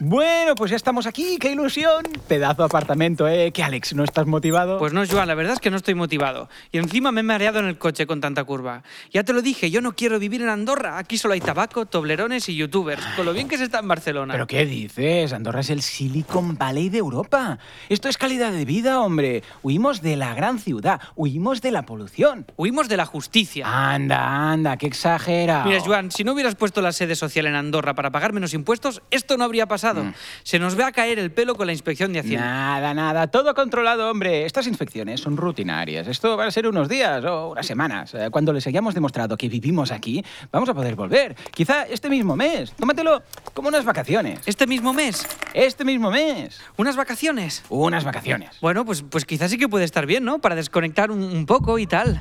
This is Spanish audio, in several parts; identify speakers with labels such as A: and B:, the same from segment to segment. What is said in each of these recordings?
A: Bueno, pues ya estamos aquí, qué ilusión. Pedazo de apartamento, ¿eh? Que Alex, ¿no estás motivado?
B: Pues no, Joan, la verdad es que no estoy motivado. Y encima me he mareado en el coche con tanta curva. Ya te lo dije, yo no quiero vivir en Andorra. Aquí solo hay tabaco, toblerones y youtubers. Con lo bien que se está en Barcelona.
A: ¿Pero qué dices? Andorra es el Silicon Valley de Europa. Esto es calidad de vida, hombre. Huimos de la gran ciudad, huimos de la polución.
B: Huimos de la justicia.
A: Anda, anda, qué exagera.
B: Mira, Joan, si no hubieras puesto la sede social en Andorra para pagar menos impuestos, esto no habría pasado. Se nos va a caer el pelo con la inspección de Hacienda.
A: Nada, nada, todo controlado, hombre. Estas infecciones son rutinarias. Esto va a ser unos días o unas semanas. Eh, Cuando les hayamos demostrado que vivimos aquí, vamos a poder volver. Quizá este mismo mes. Tómatelo como unas vacaciones.
B: Este mismo mes,
A: Este mismo mes.
B: unas vacaciones.
A: Unas vacaciones.
B: Bueno, pues, pues quizás sí que puede estar bien, ¿no? Para desconectar un, un poco y tal.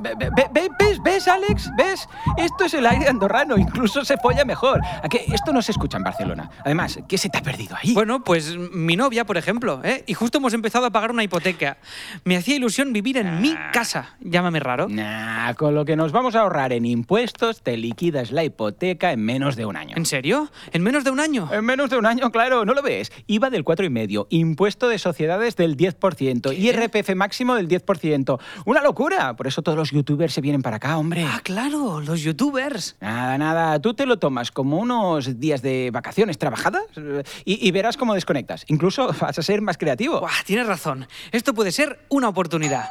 A: Ve- ve- ve- ve- ¿Ves, ves, Alex? ¿Ves? Esto es el aire andorrano, incluso se folla mejor. ¿A que esto no se escucha en Barcelona. Además, ¿qué se te ha perdido ahí?
B: Bueno, pues mi novia, por ejemplo, ¿eh? y justo hemos empezado a pagar una hipoteca. Me hacía ilusión vivir en mi casa. Llámame raro.
A: Nah, con lo que nos vamos a ahorrar en impuestos, te liquidas la hipoteca en menos de un año.
B: ¿En serio? ¿En menos de un año?
A: En menos de un año, claro, ¿no lo ves? IVA del 4,5%, impuesto de sociedades del 10%, IRPF máximo del 10%. ¡Una locura! Por eso todos los youtubers se vienen para acá, hombre.
B: Ah, claro, los youtubers.
A: Nada, nada, tú te lo tomas como unos días de vacaciones trabajadas eh, y, y verás cómo desconectas. Incluso vas a ser más creativo.
B: Buah, tienes razón. Esto puede ser una oportunidad.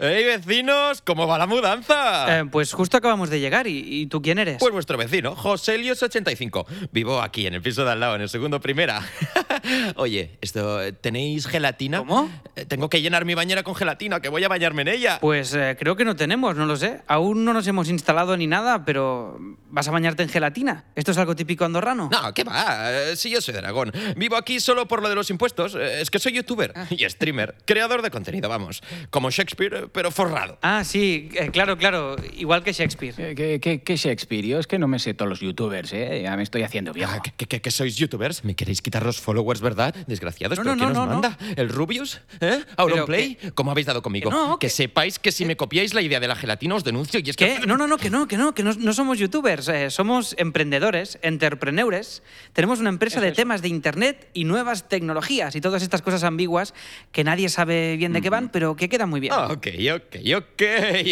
C: ¡Hey vecinos! ¿Cómo va la mudanza?
B: Eh, pues justo acabamos de llegar y, y tú quién eres.
C: Ah. Pues vuestro vecino, Joselios85. Vivo aquí, en el piso de al lado, en el segundo primera. Oye, esto, ¿tenéis gelatina?
B: ¿Cómo?
C: Eh, Tengo que llenar mi bañera con gelatina, que voy a bañarme en ella.
B: Pues, eh, creo que no tenemos, no lo sé. Aún no nos hemos instalado ni nada, pero vas a bañarte en gelatina. Esto es algo típico andorrano.
C: No, ¿qué va? Eh, Si yo soy de Aragón. Vivo aquí solo por lo de los impuestos. Eh, Es que soy youtuber
B: Ah.
C: y streamer, creador de contenido, vamos. Como Shakespeare, eh, pero forrado.
B: Ah, sí, eh, claro, claro, igual que Shakespeare.
A: Eh, ¿Qué, qué, qué Shakespeare? Yo es que no me sé todos los youtubers, ¿eh? Ya me estoy haciendo viejo.
C: Ah, ¿Que, que- que- que sois youtubers? ¿Me queréis quitar los followers, verdad? Desgraciados,
B: No,
C: ¿pero
B: no,
C: quién
B: no,
C: os
B: no,
C: manda? ¿El Rubius? ¿Eh? ¿Auronplay? ¿Cómo habéis dado conmigo?
B: Que no, que-
C: sepáis que si me copiáis la idea de la gelatina os denuncio y es
B: ¿Qué?
C: que...
B: No, no, no, que no, que no, que no, no somos youtubers, eh, somos emprendedores, entrepreneurs. Tenemos una empresa de temas de internet y nuevas tecnologías y todas estas cosas ambiguas que nadie sabe bien de qué van, pero que quedan muy bien.
C: Ah, ok, ok, ok.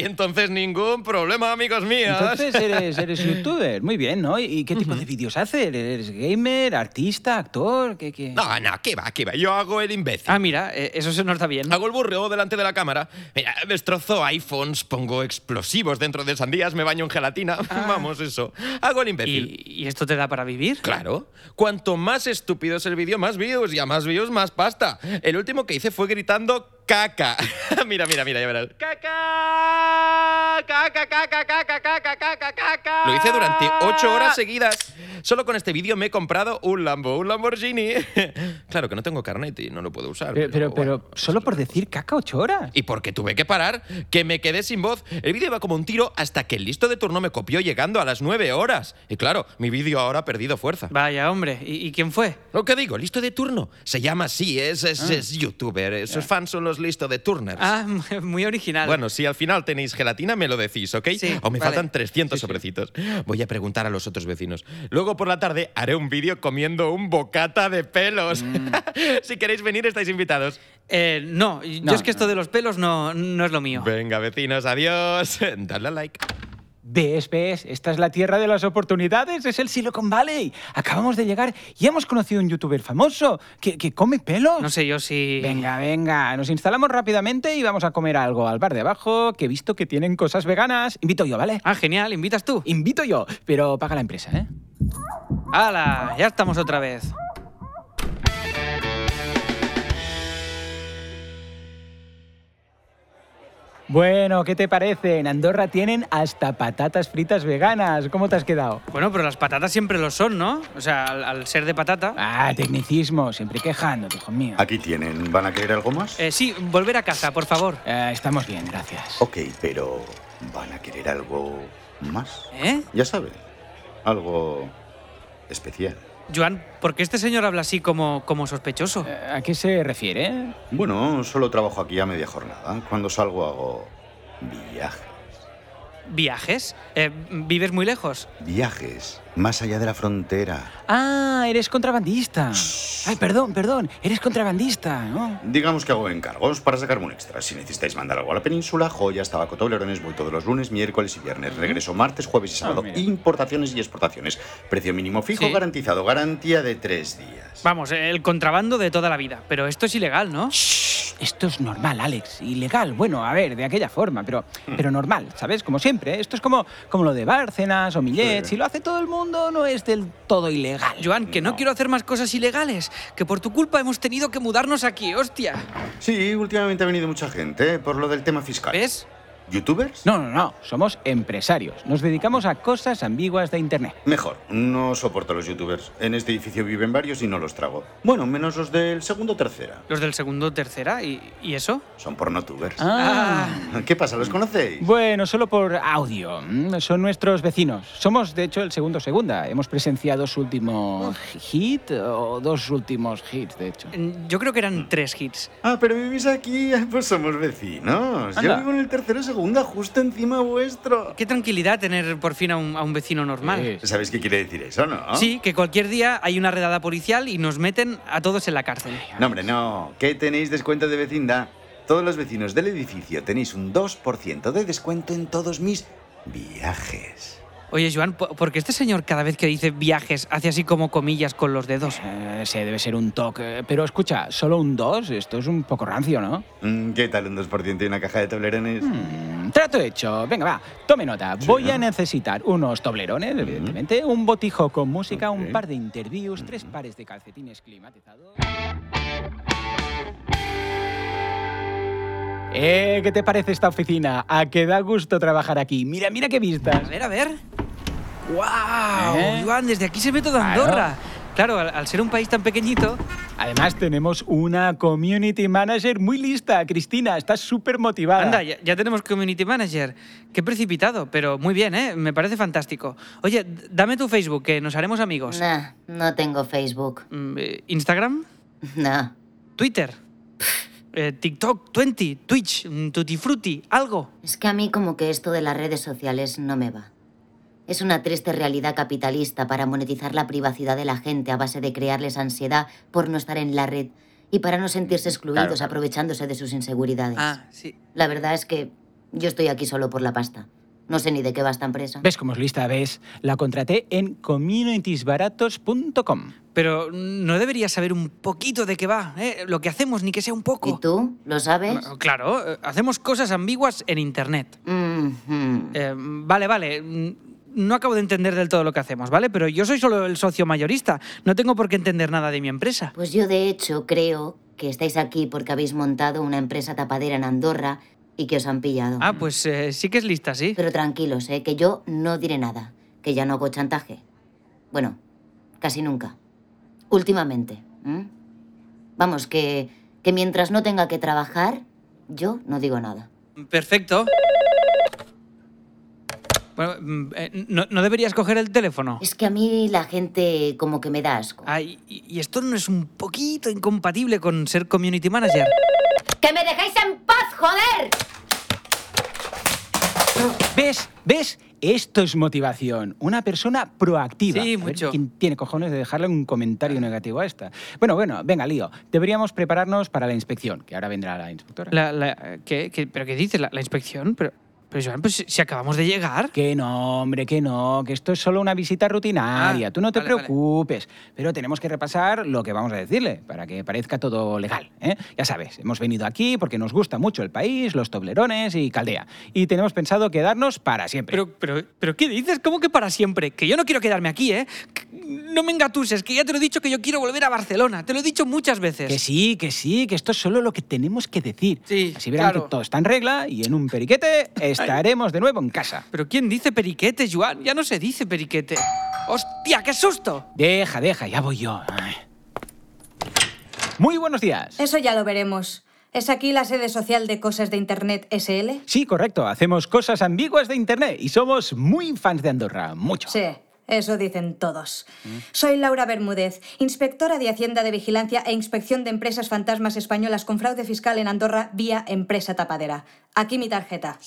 C: Entonces ningún problema, amigos míos.
A: Entonces eres, eres youtuber, muy bien, ¿no? ¿Y qué tipo de vídeos haces? ¿Eres gamer, artista, actor? ¿Qué, qué?
C: No, no, ¿qué va, qué va? Yo hago el imbécil.
B: Ah, mira, eh, eso se nota bien.
C: Hago el burreo delante de la cámara. Mira, destrozo iPhones, pongo explosivos dentro de sandías, me baño en gelatina.
B: Ah.
C: Vamos, eso. Hago el imbécil.
B: ¿Y, y esto te da para vivir?
C: Claro. Cuanto más estúpido es el vídeo, más views. Y a más views, más pasta. El último que hice fue gritando caca. mira, mira, mira, ya verás. ¡Caca! ¡Caca, caca, caca, caca, caca, caca! Lo hice durante ocho horas seguidas. Solo con este vídeo me he comprado un Lambo, un Lamborghini. claro que no tengo carnet y no lo puedo usar.
A: Pero, pues pero,
C: bueno.
A: pero solo por decir caca ocho horas.
C: Y porque tuve que parar, que me quedé sin voz. El vídeo iba como un tiro hasta que el listo de turno me copió llegando a las 9 horas. Y claro, mi vídeo ahora ha perdido fuerza.
B: Vaya, hombre, ¿y, y quién fue?
C: Lo que digo, listo de turno. Se llama así, es, es, es youtuber. Sus fans son los listo de turners.
B: Ah, muy original.
C: Pues Bueno, si al final tenéis gelatina, me lo decís, ¿ok?
B: Sí,
C: o me
B: vale.
C: faltan 300 sobrecitos. Voy a preguntar a los otros vecinos. Luego por la tarde haré un vídeo comiendo un bocata de pelos.
B: Mm.
C: si queréis venir, estáis invitados.
B: Eh, no, yo
A: No,
B: es que esto de los pelos no, no es lo mío.
C: Venga, vecinos, adiós. Dadle a like.
A: ¿Ves, ves? Esta es la tierra de las oportunidades, es el Silicon Valley. Acabamos de llegar y hemos conocido un youtuber famoso que, que come pelos.
B: No sé yo si...
A: Venga, venga, nos instalamos rápidamente y vamos a comer algo al bar de abajo, que he visto que tienen cosas veganas. Invito yo, ¿vale?
B: Ah, genial, invitas tú.
A: Invito yo, pero paga la empresa, ¿eh?
B: ¡Hala! Ya estamos otra vez.
A: Bueno, ¿qué te parece? En Andorra tienen hasta patatas fritas veganas. ¿Cómo te has quedado?
B: Bueno, pero las patatas siempre lo son, ¿no? O sea, al, al ser de patata.
A: Ah, tecnicismo, siempre quejándote, hijo mío.
D: Aquí tienen. ¿Van a querer algo más?
B: Eh, sí, volver a casa, por favor.
A: Ah, estamos bien, gracias.
D: Ok, pero ¿van a querer algo más?
B: ¿Eh?
D: Ya saben, algo especial.
B: Joan, ¿por qué este señor habla así como, como sospechoso?
A: Eh, ¿A qué se refiere?
D: Bueno, solo trabajo aquí a media jornada. Cuando salgo hago viajes.
B: ¿Viajes? Eh, ¿Vives muy lejos?
D: Viajes más allá de la frontera.
A: Ah, eres contrabandista. Ay, perdón, perdón. Eres contrabandista, ¿no?
D: Digamos que hago encargos para sacarme un extra. Si necesitáis mandar algo a la península, joyas, tabaco, toblerones, voy todos los lunes, miércoles y viernes. Regreso martes, jueves y sábado.
A: mira.
D: Importaciones y exportaciones. Precio mínimo fijo
B: Sí.
D: garantizado. Garantía de tres días.
B: Vamos, eh, el contrabando de toda la vida. Pero esto es ilegal, ¿no?
A: Esto es normal, Alex. Ilegal. Bueno, a ver, de aquella forma, pero, pero normal, ¿sabes? Como siempre. ¿eh? Esto es como, como lo de Bárcenas o Millet.
D: Sí.
A: Si lo hace todo el mundo, no es del todo ilegal.
B: Joan, que no.
D: No.
B: quiero hacer más cosas ilegales, que por tu culpa hemos tenido que mudarnos aquí, hostia.
D: Sí, últimamente ha venido mucha gente ¿eh? por lo del tema fiscal.
B: ¿Ves?
D: ¿Youtubers?
A: No, no, no. Somos empresarios. Nos dedicamos a cosas ambiguas de Internet.
D: Mejor, no soporto a los youtubers. En este edificio viven varios y no los trago. Bueno, menos los del segundo o tercera.
B: Los del segundo, tercera, ¿y, y eso?
D: Son pornotubers.
A: Ah.
D: ¿Qué pasa? ¿Los conocéis?
A: Bueno, solo por audio. Mm, Son nuestros vecinos. Somos, de hecho, el segundo segunda. Hemos presenciado su último hit o dos últimos hits, de hecho.
B: Mm, Yo creo que eran tres hits.
D: Ah, pero vivís aquí, pues somos vecinos.
A: Anda.
D: Yo vivo en el tercero segunda, justo encima vuestro.
B: Qué tranquilidad tener por fin a un, a un vecino normal.
A: Sí.
D: ¿Sabéis qué quiere decir eso,
A: ¿Ah?
D: no?
B: Sí, que cualquier día hay una redada policial y nos meten a todos en la cárcel.
D: No, hombre, no. ¿Qué tenéis descuento de vecindad? Todos los vecinos del edificio tenéis un 2% de descuento en todos mis viajes.
B: Oye, Joan, po- ¿por qué este señor cada vez que dice viajes hace así como comillas con los dedos?
A: Eh, ese debe ser un toque. Pero escucha, solo un 2, esto es un poco rancio, ¿no?
D: Mm, ¿Qué tal un 2% y una caja de toblerones?
A: Mm, Trato hecho. Venga, va, tome nota. Voy a necesitar unos toblerones, evidentemente, un botijo con música, un
D: Ok.
A: par de interviews, tres pares de calcetines climatizados. Eh, ¿qué te parece esta oficina? A que da gusto trabajar aquí. Mira, mira qué
B: A
A: vistas.
B: ver, a ver. ¡Wow!
A: ¿Eh?
B: Ah, oh, Joan, desde aquí se ve toda
A: Claro.
B: Andorra. Claro, al, al ser un país tan pequeñito,
A: Además, tenemos una community manager muy lista. Cristina, estás súper motivada.
B: Anda, ya, ya tenemos community manager. Qué precipitado, pero muy bien, ¿eh? Me parece fantástico. Oye, d- dame tu Facebook, que nos haremos amigos.
E: Nah, no tengo Facebook.
B: Mm, eh, Instagram,
E: Nah.
B: Twitter, eh, TikTok, Twenty, Twitch, mm, Tutti Frutti, algo.
E: Es que a mí como que esto de las redes sociales no me va. Es una triste realidad capitalista para monetizar la privacidad de la gente a base de crearles ansiedad por no estar en la red y para no sentirse excluidos
D: Claro.
E: aprovechándose de sus inseguridades.
B: Ah. sí.
E: La verdad es que yo estoy aquí solo por la pasta. No sé ni de qué va esta empresa.
A: ¿Ves cómo es lista? ¿Ves? La contraté en communitiesbaratos.com.
B: Pero no deberías saber un poquito de qué va, ¿eh? Lo que hacemos, ni que sea un poco.
E: ¿Y tú? ¿Lo sabes?
B: Bueno, Claro, eh, hacemos cosas ambiguas en Internet.
E: Mhm.
B: Eh, vale, vale. mm, No acabo de entender del todo lo que hacemos, ¿vale? Pero yo soy solo el socio mayorista. No tengo por qué entender nada de mi empresa.
E: Pues yo de hecho creo que estáis aquí porque habéis montado una empresa tapadera en Andorra y que os han pillado.
B: Ah, pues eh, sí que es lista, sí.
E: Pero tranquilos, ¿eh? que yo no diré nada, que ya no hago chantaje. Bueno, casi nunca. Últimamente. ¿m? Vamos, que, que mientras no tenga que trabajar, yo no digo nada.
B: Perfecto. Bueno, mm, eh, no, no deberías coger el teléfono.
E: Es que a mí la gente como que me da asco.
B: Ah, y, y esto no es un poquito incompatible con ser community manager.
E: ¡Que me dejáis en paz, joder!
A: ¿Ves? ¿Ves? Esto es motivación. Una persona proactiva.
B: Sí,
A: A ver,
B: mucho.
A: ¿Quién tiene cojones de dejarle un comentario negativo a esta? Bueno, bueno, venga, lío. Deberíamos prepararnos para la inspección, que ahora vendrá la inspectora.
B: La, la- ¿qué, qué- pero qué dices? ¿La, la inspección? Pero, pero Joan, pues si- si acabamos de llegar.
A: Que no, hombre, que no, que esto es solo una visita rutinaria.
B: Ah,
A: Tú no te
B: vale, vale.
A: preocupes. Pero tenemos que repasar lo que vamos a decirle para que parezca todo legal. ¿eh? Ya sabes, hemos venido aquí porque nos gusta mucho el país, los toblerones y Caldea. Y tenemos pensado quedarnos para siempre.
B: Pero, pero, pero, ¿qué dices? ¿Cómo que para siempre? Que yo no quiero quedarme aquí, ¿eh? Que- No me engatuses, que ya te lo he dicho que yo quiero volver a Barcelona. Te lo he dicho muchas veces.
A: Que sí, que sí, que esto es solo lo que tenemos que decir.
B: Sí,
A: Así verán
B: claro.
A: que todo está en regla y en un periquete estaremos de nuevo en casa.
B: Pero ¿quién dice periquete, Joan? Ya no se dice periquete. ¡Hostia, qué susto!
A: Deja, deja, ya voy yo. Ay. Muy buenos días.
F: Eso ya lo veremos. ¿Es aquí la sede social de Cosas de Internet SL?
A: Sí, correcto, hacemos cosas ambiguas de internet y somos muy fans de Andorra, mucho.
F: Sí, Eso dicen todos. Soy Laura Bermúdez, inspectora de Hacienda de Vigilancia e Inspección de Empresas Fantasmas Españolas con fraude fiscal en Andorra vía empresa tapadera. Aquí mi tarjeta.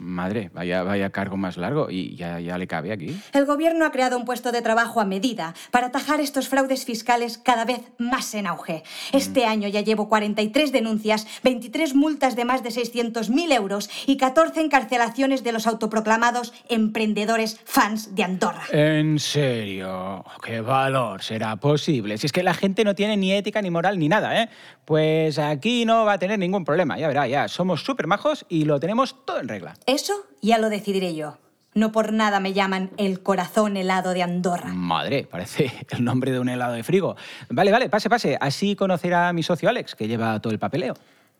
A: Madre, vaya, vaya cargo más largo. ¿Y ya, ya le cabe aquí?
F: El gobierno ha creado un puesto de trabajo a medida para atajar estos fraudes fiscales cada vez más en auge. Este año ya llevo 43 denuncias, 23 multas de más de 600.000 euros y 14 encarcelaciones de los autoproclamados emprendedores fans de Andorra.
A: En serio, qué valor será posible. Si es que la gente no tiene ni ética, ni moral, ni nada, ¿eh? Pues aquí no va a tener ningún problema, ya verá, ya. Somos súper majos y lo tenemos todo en regla.
F: Eso ya lo decidiré yo. No por nada me llaman el corazón helado de Andorra.
A: Madre, parece el nombre de un helado de frigo. Vale, vale, pase, pase. Así conocerá a mi socio Alex, que lleva todo el papeleo.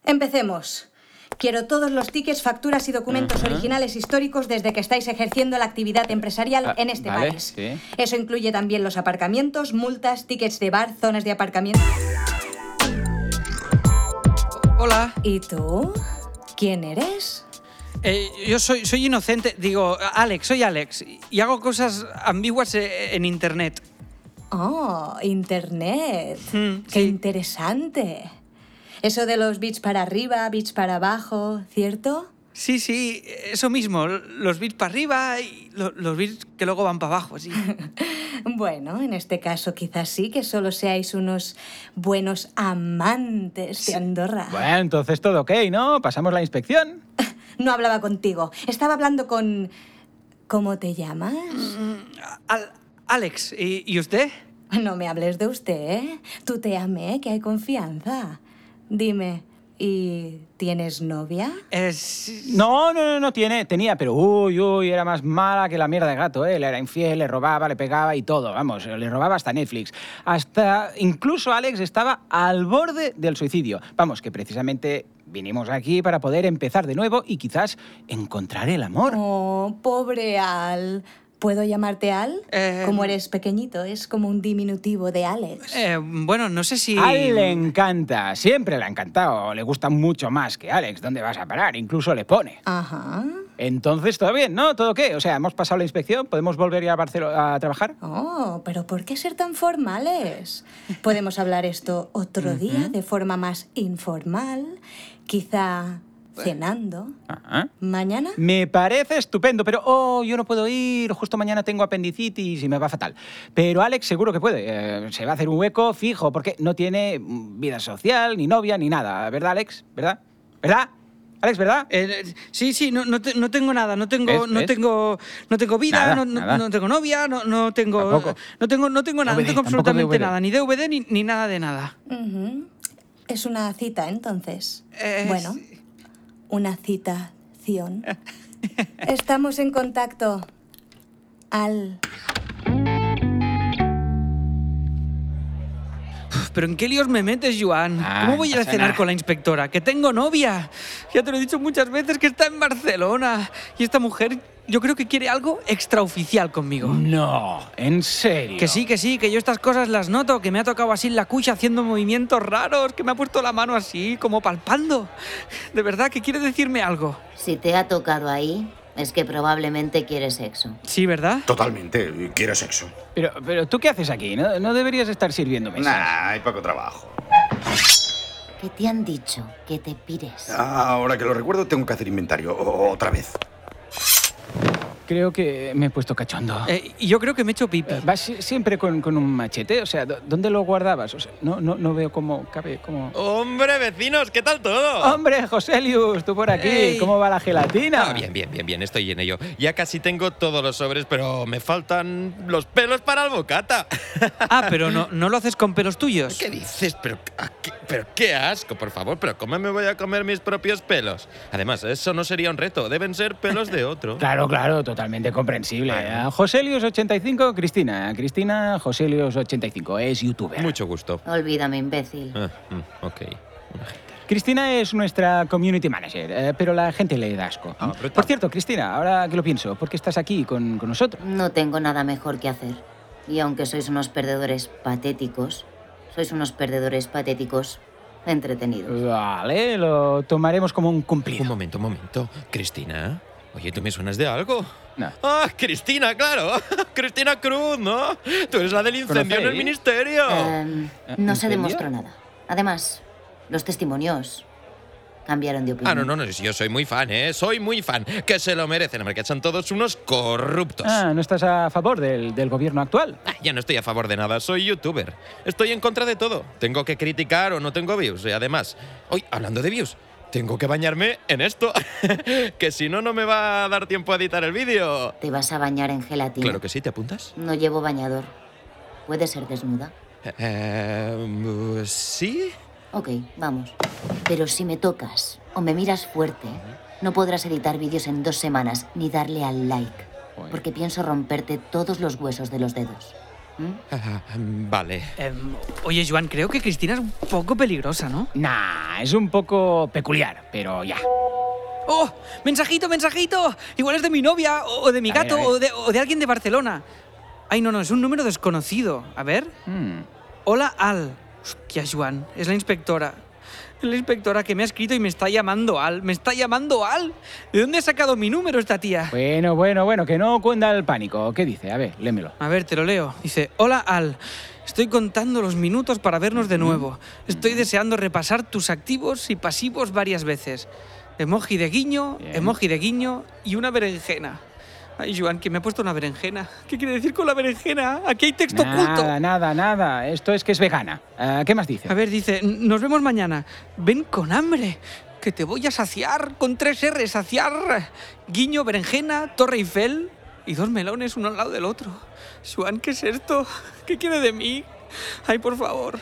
F: Empecemos. Quiero todos los tickets, facturas y documentos originales históricos desde que estáis ejerciendo la actividad empresarial
A: Ah,
F: en este
A: vale,
F: país.
A: sí.
F: Eso incluye también los aparcamientos, multas, tickets de bar, zonas de aparcamiento.
B: Hola.
F: ¿Y tú? ¿Quién eres?
B: Eh, yo soy, soy inocente. Digo, Alex, soy Alex. y- Y hago cosas ambiguas eh, en internet.
F: Oh, Internet.
A: Hmm,
B: Mm,
F: Qué
B: sí.
F: interesante. Eso de los bits para arriba, bits para abajo, ¿cierto?
B: Sí, sí, eso mismo. Los bits para arriba y lo- los bits que luego van para abajo, sí.
F: Bueno, en este caso quizás sí que solo seáis unos buenos amantes de Andorra.
A: Bueno, entonces todo ok, ¿no? Pasamos la inspección.
F: No hablaba contigo, estaba hablando con... ¿Cómo te llamas?
B: Al- Alex, ¿y, y usted?
F: No me hables de usted, ¿eh? Tú te amé, que hay confianza. Dime, ¿y tienes novia?
B: Eh, sí.
A: No, no, no, no tiene, tenía, pero uy, uy, era más mala que la mierda de gato, ¿eh? Le era infiel, le robaba, le pegaba y todo, vamos, le robaba hasta Netflix. Hasta, incluso Alex estaba al borde del suicidio. Vamos, que precisamente vinimos aquí para poder empezar de nuevo y quizás encontrar el amor.
F: Oh, pobre Al. ¿Puedo llamarte Al?
B: Eh,
F: Como eres pequeñito, es como un diminutivo de Alex.
B: Eh, bueno, no sé si...
A: A él le encanta, siempre le ha encantado, le gusta mucho más que Alex, ¿dónde vas a parar? Incluso le pone.
F: Ajá.
A: Entonces, todo bien, ¿no? ¿Todo qué? O sea, hemos pasado la inspección, podemos volver ya a Barcelona a trabajar.
F: Oh, pero ¿por qué ser tan formales? Podemos hablar esto otro día de forma más informal, quizá
B: Eh.
F: cenando.
A: Ajá.
F: ¿Mañana?
A: Me parece estupendo, pero oh, yo no puedo ir, justo mañana tengo apendicitis y me va fatal. Pero Alex seguro que puede, eh, se va a hacer un hueco fijo porque no tiene mm, vida social, ni novia, ni nada, ¿verdad Alex? ¿Verdad? ¿Verdad? ¿Alex, verdad?
B: Eh, sí, sí, no, no te- no tengo nada, no tengo,
A: ¿Ves?
B: no
A: ¿Ves?
B: tengo, no tengo vida,
A: Nada,
B: no, no-
A: nada.
B: no tengo novia, no, no tengo,
A: Tampoco.
B: no tengo, no tengo nada,
A: DVD,
B: no tengo
A: tampoco
B: absolutamente
A: DVD.
B: nada, ni DVD ni, ni nada de nada.
F: Ujú. Es una cita, entonces.
B: Eh,
F: bueno,
B: sí.
F: una citación. Estamos en contacto. Al.
B: Pero ¿en qué líos me metes, Joan?
A: Ah,
B: ¿Cómo voy a ir a
A: pasa
B: cenar
A: nada.
B: con la inspectora? Que tengo novia. Ya te lo he dicho muchas veces que está en Barcelona. Y esta mujer, yo creo que quiere algo extraoficial conmigo.
A: No, en serio.
B: Que sí, que sí, que yo estas cosas las noto, que me ha tocado así en la cucha haciendo movimientos raros, que me ha puesto la mano así, como palpando. De verdad, que quiere decirme algo.
E: Si te ha tocado ahí, es que probablemente quieres sexo.
B: Sí, ¿verdad?
D: Totalmente, quiero sexo.
A: Pero, pero tú qué haces aquí? No, no deberías estar sirviéndome.
D: Nah, hay poco trabajo.
E: ¿Qué te han dicho? Que te pires.
D: Ah, Ahora que lo recuerdo, tengo que hacer inventario o- otra vez.
A: Creo que me he puesto cachondo.
B: Eh, y yo creo que me he hecho pipi.
A: Eh, ¿Vas si- siempre con, con un machete? O sea, ¿dó- ¿dónde lo guardabas? O sea, no, no, no veo cómo cabe, cómo...
C: Hombre, vecinos, ¿qué tal todo?
A: Hombre, Joselius, tú por aquí,
B: Oh. Ey.
A: ¿cómo va la gelatina?
C: Ah, bien, bien, bien, bien, estoy en ello. Ya casi tengo todos los sobres, pero me faltan los pelos para el bocata.
B: Ah, pero no, no lo haces con pelos tuyos.
C: ¿Qué dices? Pues, Pero, ¿a qué, pero qué asco, por favor. Pero ¿cómo me voy a comer mis propios pelos? Además, eso no sería un reto. Deben ser pelos de otro.
A: Claro, claro, totalmente comprensible. ¿eh?
C: Bueno.
A: A Joselius85, Cristina. ¿eh? Cristina Joselius85, es youtuber.
C: Mucho gusto.
E: Olvídame, imbécil.
C: Ah, mm, ok. Una gente.
A: Cristina es nuestra community manager, eh, pero la gente le da asco.
C: Ah, pero
A: Por
C: tal.
A: cierto, Cristina, ahora que lo pienso, ¿por qué estás aquí con, con nosotros?
E: No tengo nada mejor que hacer. Y aunque sois unos perdedores patéticos, sois unos perdedores patéticos entretenidos.
A: Vale, lo tomaremos como un cumplido.
C: Un momento, un momento. Cristina, Oye, ¿tú me suenas de algo?
A: No.
C: Ah, Cristina, claro. Cristina Cruz, ¿no? Tú eres la del incendio en el
A: ¿Conocéis?
C: ministerio.
A: Eh,
C: ¿Eh?
E: Em, no se
A: ¿incendio?
E: demostró nada. Además, los testimonios cambiaron de opinión.
C: Ah, no, no, no, yo soy muy fan, ¿eh? Soy muy fan. Que se lo merecen, hombre, que son todos unos corruptos.
A: Ah, ¿no estás a favor del, del gobierno actual?
C: Ah, Ya no estoy a favor de nada, soy youtuber. Estoy en contra de todo. Tengo que criticar o no tengo views. Y además, hoy, hablando de views, tengo que bañarme en esto. que si no, no me va a dar tiempo a editar el vídeo.
E: Te vas a bañar en gelatina.
C: Claro que sí, ¿te apuntas?
E: No llevo bañador. ¿Puede ser desnuda?
C: Eh, sí.
E: Ok, vamos. Pero si me tocas o me miras fuerte, no podrás editar vídeos en dos semanas ni darle al like.
A: Joder.
E: Porque pienso romperte todos los huesos de los dedos. ¿Mm?
C: Ah, vale.
B: Em, oye, Joan, creo que Cristina es un poco peligrosa, ¿no?
A: Nah, es un poco peculiar, pero ya.
B: ¡Oh! ¡Mensajito, mensajito! Igual es de mi novia, o o de mi
A: A ver,
B: gato,
A: a ver.
B: o de, o de alguien de Barcelona. Ay, no, no, es un número desconocido. A ver.
A: Mm.
B: Hola, Al. Hostia, Joan, es la inspectora. Es La inspectora que me ha escrito y me está llamando Al. ¡Me está llamando Al! ¿De dónde ha sacado mi número esta tía?
A: Bueno, bueno, bueno, que no cuenta el pánico. ¿Qué dice? A ver, lémelo.
B: A ver, te lo leo. Dice, hola Al, estoy contando los minutos para vernos de nuevo. Estoy deseando repasar tus activos y pasivos varias veces. Emoji de guiño,
A: Bien.
B: emoji de guiño y una berenjena. Ay, Joan, que me ha puesto una berenjena. ¿Qué quiere decir con la berenjena? Aquí hay texto oculto.
A: Nada, nada, nada. Esto es que es vegana. Ah, ¿Qué más dice?
B: A ver, dice, nos vemos mañana. Ven con hambre, que te voy a saciar con tres R, saciar. Guiño, berenjena, torre Eiffel y dos melones uno al lado del otro. Juan, ¿qué es esto? ¿Qué quiere de mí? Ay, por favor.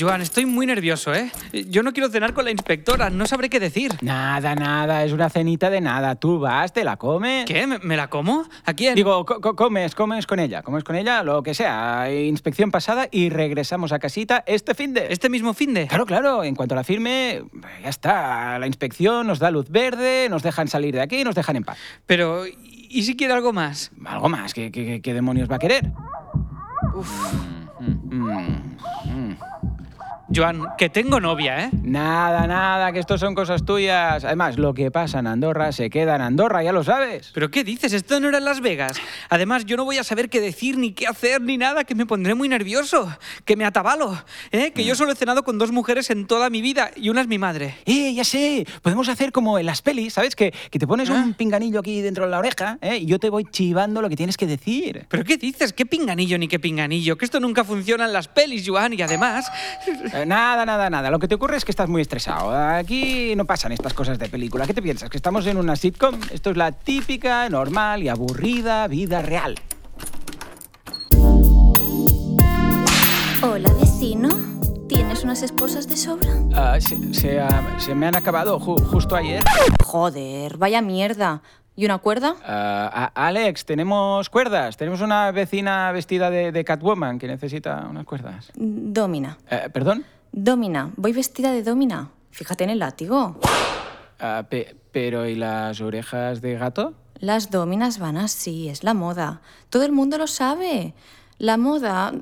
B: Joan, estoy muy nervioso, ¿eh? Yo no quiero cenar con la inspectora, no sabré qué decir.
A: Nada, nada. Es una cenita de nada. Tú vas, te la comes.
B: ¿Qué? ¿Me, me la como? ¿A quién?
A: Digo, co- co- comes, comes con ella, comes con ella, lo que sea. Inspección pasada y regresamos a casita este fin de.
B: ¿Este mismo fin de?
A: Claro, claro, en cuanto a la firme, ya está. La inspección nos da luz verde, nos dejan salir de aquí y nos dejan en paz.
B: Pero, ¿y y si quiere algo más?
A: Algo más, ¿qué, qué- qué demonios va a querer? Mm, mm.
B: Joan, que tengo novia, ¿eh?
A: Nada, nada, que esto son cosas tuyas. Además, lo que pasa en Andorra se queda en Andorra, ya lo sabes.
B: ¿Pero qué dices? Esto no era en Las Vegas. Además, yo no voy a saber qué decir, ni qué hacer, ni nada, que me pondré muy nervioso, que me atabalo, ¿eh? que yo solo he cenado con dos mujeres en toda mi vida y una es mi madre.
A: Eh, ya sé, podemos hacer como en las pelis, ¿sabes? Que, que te pones un pinganillo aquí dentro de la oreja ¿eh? y yo te voy chivando lo que tienes que decir.
B: ¿Pero qué dices? ¿Qué pinganillo ni qué pinganillo? Que esto nunca funciona en las pelis, Joan, y además...
A: Eh, Nada, nada, nada. Lo que te ocurre es que estás muy estresado. Aquí no pasan estas cosas de película. ¿Qué te piensas? ¿Que estamos en una sitcom? Esto es la típica, normal y aburrida vida real.
G: Hola, vecino. ¿Tienes unas esposas de sobra?
A: Ah, se, se, ah, se me han acabado ju- justo ayer.
H: Joder, vaya mierda. ¿Y una cuerda?
A: Ah, a- Alex, tenemos cuerdas. Tenemos una vecina vestida de, de Catwoman que necesita unas cuerdas.
H: Domina.
A: Eh, ¿Perdón?
H: Domina. Voy vestida de domina. Fíjate en el látigo.
A: Ah, pe- ¿Pero y las orejas de gato?
H: Las dominas van así, es la moda. Todo el mundo lo sabe. La moda...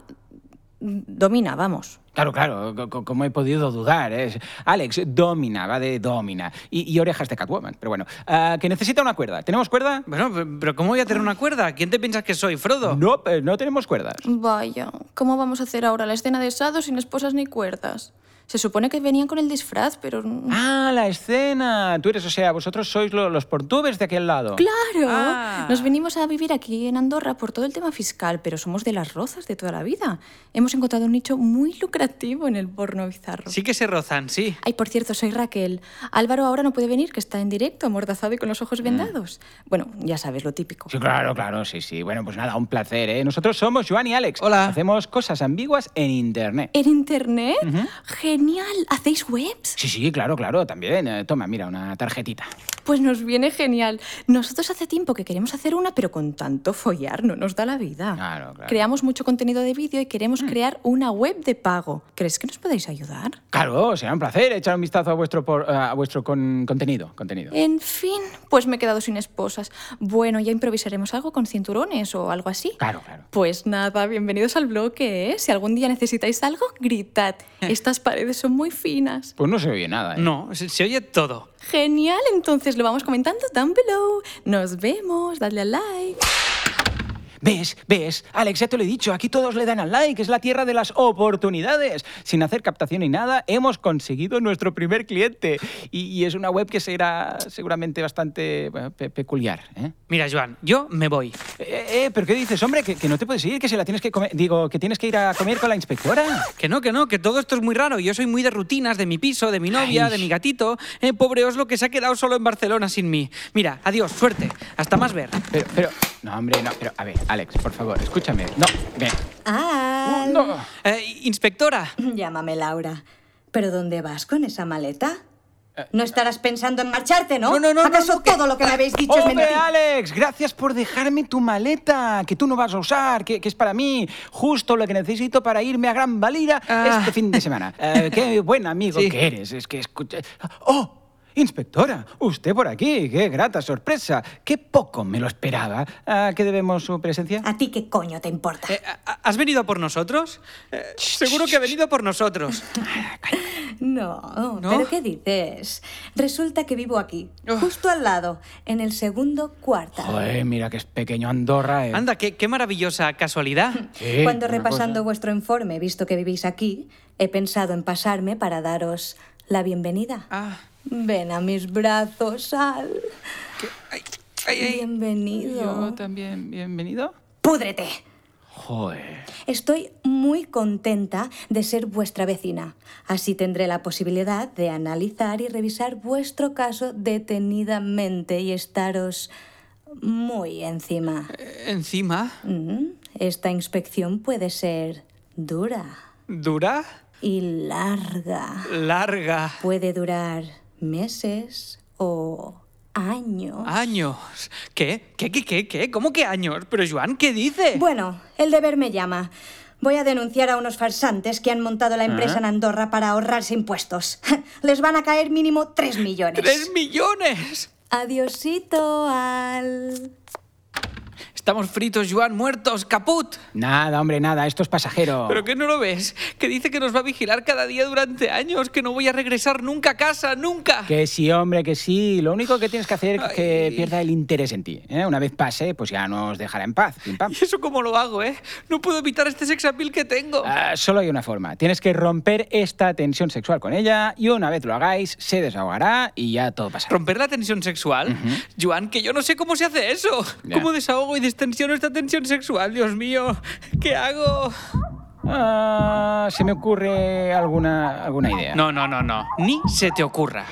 H: Domina, vamos.
A: Claro, claro, co- co- como he podido dudar. Es Alex, domina, va de domina. Y, y orejas de Catwoman, pero bueno. Ah, que necesita una cuerda. ¿Tenemos cuerda?
B: Bueno, pe- pero ¿cómo voy a tener una cuerda? ¿Quién te piensas que soy, Frodo?
A: No, eh, no tenemos cuerdas.
H: Vaya, ¿cómo vamos a hacer ahora la escena de Sado sin esposas ni cuerdas? Se supone que venían con el disfraz, pero...
A: Ah, la escena. Tú eres, o sea, vosotros sois lo- los portubes de aquel lado.
H: Claro,
B: Ah.
H: nos venimos a vivir aquí en Andorra por todo el tema fiscal, pero somos de las rozas de toda la vida. Hemos encontrado un nicho muy lucrativo en el porno bizarro.
B: Sí que se rozan, sí.
H: Ay, por cierto, soy Raquel. Álvaro ahora no puede venir, que está en directo, amordazado y con los ojos vendados. Bueno, ya sabes, lo típico.
A: Ah. Sí, claro, claro, sí, sí. Bueno, pues nada, un placer, ¿eh? Nosotros somos Joan y Alex.
B: Hola.
A: Hacemos cosas ambiguas en internet.
H: ¿En internet? Genial. ¿Hacéis webs?
A: Sí, sí, claro, claro, también. Eh, Toma, mira, una tarjetita.
H: Pues nos viene genial. Nosotros hace tiempo que queremos hacer una, pero con tanto follar no nos da la vida.
A: Claro, claro. Mm.
H: Creamos mucho contenido de vídeo y queremos crear una web de pago. ¿Crees que nos podéis ayudar?
A: Claro, será un placer echar un vistazo a vuestro, por- a vuestro con- contenido. contenido.
H: En fin, pues me he quedado sin esposas. Bueno, ya improvisaremos algo con cinturones o algo así.
A: Claro, claro.
H: Pues nada, bienvenidos al bloque, ¿eh? Si algún día necesitáis algo, gritad.
A: Eh.
H: Estas paredes son muy finas.
A: Pues no se oye nada. ¿eh?
B: No, se, se oye todo.
H: Genial, entonces lo vamos comentando down below. Nos vemos, dadle al like.
A: ¿Ves? ¿Ves? Alex, ya te lo he dicho, aquí todos le dan al like, es la tierra de las oportunidades. Sin hacer captación ni nada, hemos conseguido nuestro primer cliente. Y, y es una web que será seguramente bastante bueno, pe- peculiar. ¿eh?
B: Mira, Joan, yo me voy.
A: Eh, eh, pero qué dices, hombre? ¿Que, que no te puedes ir, que se la tienes que comer. Digo, que tienes que ir a comer con la inspectora.
B: Que no, que no, que todo esto es muy raro. Yo soy muy de rutinas, de mi piso, de mi novia,
A: Ay.
B: de mi gatito. Eh, pobre Oslo que se ha quedado solo en Barcelona sin mí. Mira, adiós, suerte. Hasta más ver.
A: Pero, pero. No, hombre, no, pero. A ver, Alex, por favor, escúchame. No, ven.
F: Al.
A: No.
B: Eh, inspectora.
F: Llámame Laura. ¿Pero dónde vas con esa maleta? No estarás pensando en marcharte, ¿no?
B: Eh, No, no, no, no,
F: ¿Acaso
B: no, que-
F: todo lo que me habéis dicho es
A: ¡Hombre,
F: mentira?
A: Alex! Gracias por dejarme tu maleta, que tú no vas a usar, que, que es para mí, justo lo que necesito para irme a Gran Valira
B: Ah.
A: este fin de semana. Eh, ¡Qué buen amigo
B: Sí.
A: que eres! Es que escuché... ¡Oh! Inspectora, usted por aquí, qué grata sorpresa. Qué poco me lo esperaba. ¿A qué debemos su presencia?
F: ¿A ti qué coño te importa?
B: eh, ¿ha- ¿Has venido a por nosotros? Eh, seguro que ha venido a por nosotros.
F: No,
B: ¿No?
F: ¿pero qué dices? Resulta que vivo aquí, justo al lado, en el segundo cuarta.
A: Joder, mira que es pequeño Andorra. eh.
B: Anda, qué, qué maravillosa casualidad.
A: Sí,
F: Cuando
A: una
F: repasando
A: cosa.
F: vuestro informe, visto que vivís aquí, he pensado en pasarme para daros la bienvenida.
B: Ah,
F: Ven a mis brazos, Al.
B: ay, ay.
A: Yo
F: Bienvenido.
A: también, bienvenido.
F: ¡Púdrete!
A: Joder.
F: Estoy muy contenta de ser vuestra vecina. Así tendré la posibilidad de analizar y revisar vuestro caso detenidamente y estaros muy encima.
B: Eh, encima,
F: Mm, Esta inspección puede ser dura
B: dura,
F: y larga.
B: larga.
F: Puede durar meses o años.
B: Ah, Años. ¿Qué? ¿Qué, qué, qué, qué? ¿Cómo que años? Pero, Joan, ¿qué dice?
F: Bueno, el deber me llama. Voy a denunciar a unos farsantes que han montado la empresa en Andorra para ahorrarse impuestos. Les van a caer mínimo 3 millones.
B: ¡Tres millones!
F: Adiosito al...
B: Estamos fritos, Joan, muertos, caput.
A: Nada, hombre, nada, esto es pasajero.
B: ¿Pero qué no lo ves? Que dice que nos va a vigilar cada día durante años, que no voy a regresar nunca a casa, nunca.
A: Que sí, hombre, que sí. Lo único que tienes que hacer es que
B: Ay.
A: pierda el interés en ti. ¿eh? Una vez pase, pues ya nos dejará en paz. Pim, pam.
B: ¿Y eso cómo lo hago, eh? No puedo evitar este sex appeal que tengo.
A: Ah, solo hay una forma. Tienes que romper esta tensión sexual con ella y una vez lo hagáis, se desahogará y ya todo pasará.
B: ¿Romper la tensión sexual? Joan, que yo no sé cómo se hace eso.
A: Ya.
B: ¿Cómo desahogo y destensiono esta tensión sexual? Dios mío, ¿qué hago?
A: Ah, se me ocurre alguna, alguna idea.
B: No, no, no, no. Ni se te ocurra.